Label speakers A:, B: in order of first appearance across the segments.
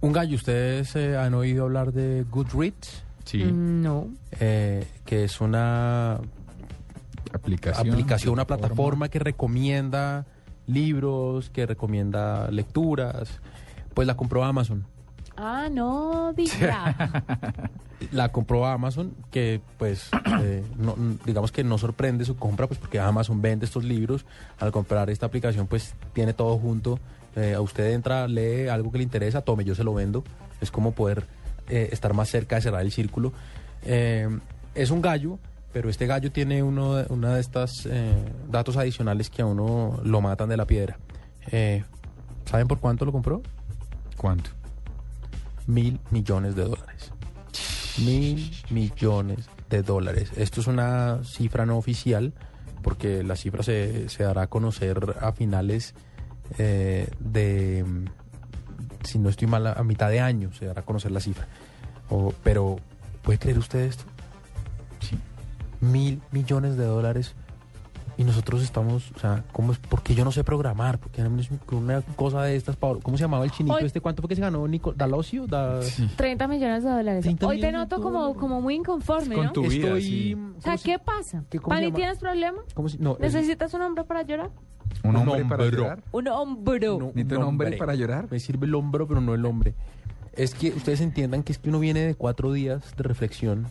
A: Un gallo, ¿ustedes eh, han oído hablar de Goodreads?
B: Sí,
C: No.
A: Eh, que es una
B: aplicación.
A: aplicación, una plataforma que recomienda libros, que recomienda lecturas. Pues la compró Amazon.
C: Ah, no, diga.
A: La compró Amazon, que pues eh, no- n- digamos que no sorprende su compra, pues porque Amazon vende estos libros. Al comprar esta aplicación, pues tiene todo junto. Eh, a usted entra, lee algo que le interesa, tome, yo se lo vendo. Es como poder eh, estar más cerca de cerrar el círculo. Eh, es un gallo, pero este gallo tiene uno, de- una de estas eh, datos adicionales que a uno lo matan de la piedra. Eh, ¿Saben por cuánto lo compró?
B: ¿Cuánto?
A: mil millones de dólares. Mil millones de dólares. Esto es una cifra no oficial, porque la cifra se, se dará a conocer a finales eh, de, si no estoy mal, a mitad de año se dará a conocer la cifra. O- pero, ¿puede creer usted esto?
B: Sí.
A: Mil millones de dólares. Y nosotros estamos, o sea, ¿cómo es? Porque yo no sé programar, porque una cosa de estas, Pablo, ¿cómo se llamaba el chinito
C: Hoy-
A: este? ¿Cuánto fue que se ganó Nico? ¿Dalosio? Da...
B: Sí.
C: 30 millones de dólares.
A: 30
C: Hoy te
A: millones de
C: noto como,
A: dólares.
C: como muy inconforme,
B: Con
C: ¿no?
B: tu vida,
A: Estoy.
B: sí.
C: O sea,
A: ¿cómo se-
C: ¿qué pasa?
A: ¿Qué- cómo se
C: ¿Pani
A: llama?
C: tienes problema?
A: cómo se- no, es-
C: ¿Necesitas un hombre para llorar?
B: ¿Un
A: Un
B: hombre para
A: hombro.
B: llorar?
C: Un hombre.
A: no,
B: ¿Necesito un hombre para llorar?
A: Me sirve el hombro, pero no el hombre. Es que ustedes entiendan que es que uno viene de cuatro días de reflexión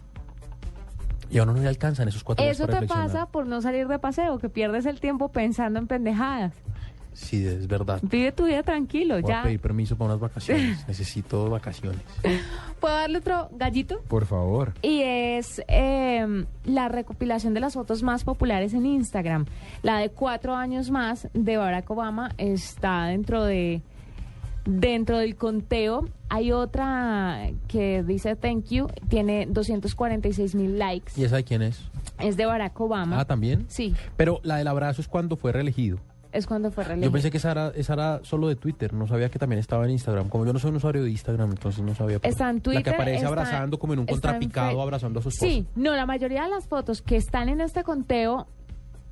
A: y a uno no le alcanzan esos cuatro días
C: Eso
A: para
C: te pasa
A: reflexionar.
C: por no salir de paseo, que pierdes el tiempo pensando en pendejadas.
A: Sí, es verdad.
C: Vive tu vida tranquilo,
A: Voy a
C: ya.
A: pedir permiso para unas vacaciones. Necesito vacaciones.
C: ¿Puedo darle otro gallito?
B: Por favor.
C: Y es eh, la recopilación de las fotos más populares en Instagram. La de cuatro años más de Barack Obama está dentro de dentro del conteo. Hay otra que dice thank you, tiene 246 mil likes.
A: ¿Y esa de quién es?
C: Es de Barack Obama.
A: Ah, también.
C: Sí,
A: Pero la del abrazo es cuando fue reelegido.
C: es cuando fue
A: Yo
C: reelegido.
A: pensé que esa era, esa era solo de Twitter, no sabía que también estaba en Instagram. Como yo no soy un usuario de Instagram, entonces no sabía. por-
C: Está en Twitter.
A: La que aparece
C: está-
A: abrazando como en un
C: está en
A: contrapicado,
C: Fe-
A: abrazando a su esposa.
C: Sí, no, la mayoría de las fotos que están en este conteo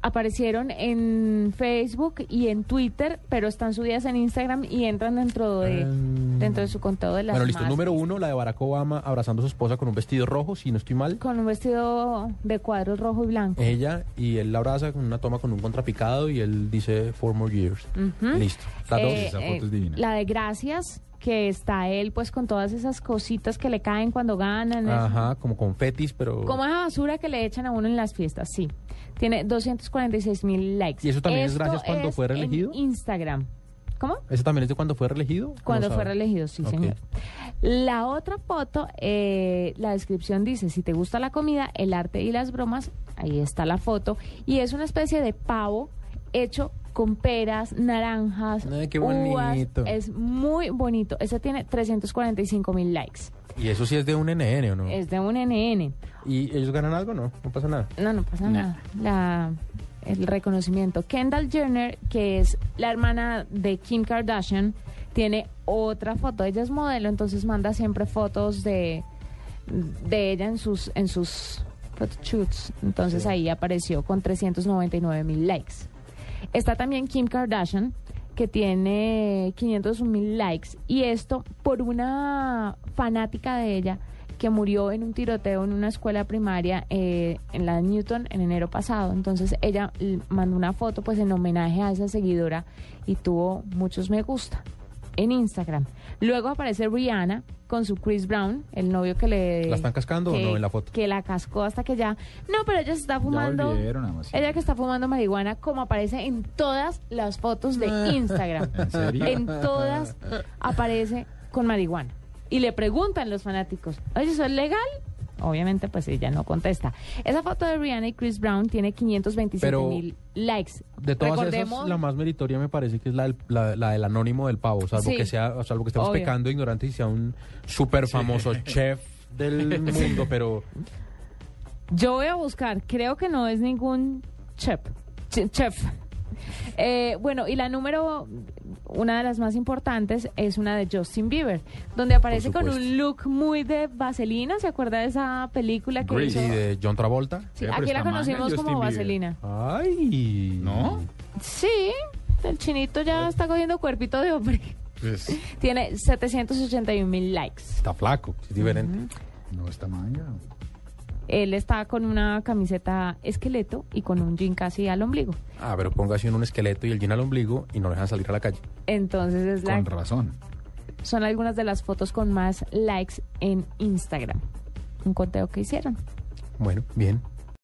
C: aparecieron en Facebook y en Twitter, pero están subidas en Instagram y entran dentro de
A: Mm.
C: dentro de su conteo de las
A: Bueno, listo.
C: más
A: Número
C: vistas.
A: uno, la de Barack Obama abrazando a su esposa con un vestido rojo, si no estoy mal.
C: Con un vestido de cuadros rojo y blanco.
A: Ella y él la abraza con una toma con un contrapicado y él dice four more years.
C: Ujú.
A: Listo. La dos.
C: Eh,
B: esa foto es divina.
C: La de gracias, que está él pues con todas esas cositas que le caen cuando ganan. eh, eso.
A: Ajá, como confetis, pero.
C: Como esa basura que le echan a uno en las fiestas, sí. Tiene 246 mil likes.
A: ¿Y eso también es
C: Esto
A: gracias cuando
C: es
A: fue reelegido?
C: En Instagram. ¿Cómo?
A: ¿Ese también es de cuando fue reelegido?
C: Cuando
A: No
C: fue
A: sabe.
C: reelegido, sí,
A: Ok.
C: señor. La otra foto, eh, la descripción dice, si te gusta la comida, el arte y las bromas, ahí está la foto, y es una especie de pavo hecho con peras, naranjas,
A: Ay, qué
C: uvas.
A: bonito.
C: es muy bonito. Ese tiene 345 mil likes.
A: Y eso sí es de un NN, ¿o no?
C: Es de un NN.
A: ¿Y ellos ganan algo? No, no pasa nada.
C: No, no pasa nada. La- el reconocimiento. Kendall Jenner, que es la hermana de Kim Kardashian, tiene otra foto. Ella es modelo, entonces manda siempre fotos de, de ella en sus, en sus photoshoots. Entonces
A: Sí.
C: ahí apareció con 399 mil likes. Está también Kim Kardashian, que tiene 501 mil likes. Y esto por una fanática de ella que murió en un tiroteo en una escuela primaria eh, en la de Newton en enero pasado. Entonces ella l- mandó una foto pues en homenaje a esa seguidora y tuvo muchos me gusta en Instagram. Luego aparece Rihanna con su Chris Brown, el novio que le...
A: ¿La están cascando o no en la foto?
C: Que la cascó hasta que ya... No, pero ella se está fumando...
B: volvieron, Amacita.
C: Ella que está fumando marihuana como aparece en todas las fotos
A: Ah.
C: de Instagram.
B: ¿En serio?
C: En todas aparece con marihuana. Y le preguntan los fanáticos, oye, ¿eso es legal? Obviamente, pues ella no contesta. Esa foto de Rihanna y Chris Brown tiene 527
A: Pero,
C: mil likes.
A: De todas
C: Recordemos-
A: esas, la más meritoria me parece que es la del, la- la del anónimo del pavo, salvo
C: Sí.
A: que sea, salvo que estemos
C: Obvio.
A: pecando ignorantes y sea un súper famoso chef del mundo, pero
C: Yo voy a buscar, creo que no es ningún chef. Ch- chef. Eh, bueno, y la número, una de las más importantes, es una de Justin Bieber, donde aparece con
A: supuesto.
C: un look muy de vaselina. ¿Se acuerda de esa película que
B: Grease.
C: hizo?
A: sí, de John Travolta.
C: Sí,
B: Eh, pero
C: aquí la
B: está manga
C: conocimos
B: Justin
C: como
B: Bieber.
C: vaselina.
A: Ay.
B: ¿No?
C: Sí, el chinito ya está cogiendo cuerpito de hombre.
A: Pues,
C: Tiene 781 mil likes.
A: está flaco, es diferente.
B: No está manga.
C: Él está con una camiseta esqueleto y con un jean casi al ombligo.
A: Ah, pero póngase en un esqueleto y el jean al ombligo y no lo dejan salir a la calle.
C: Entonces es la-
B: Con razón.
C: son algunas de las fotos con más likes en Instagram. Un conteo que hicieron.
A: Bueno, bien.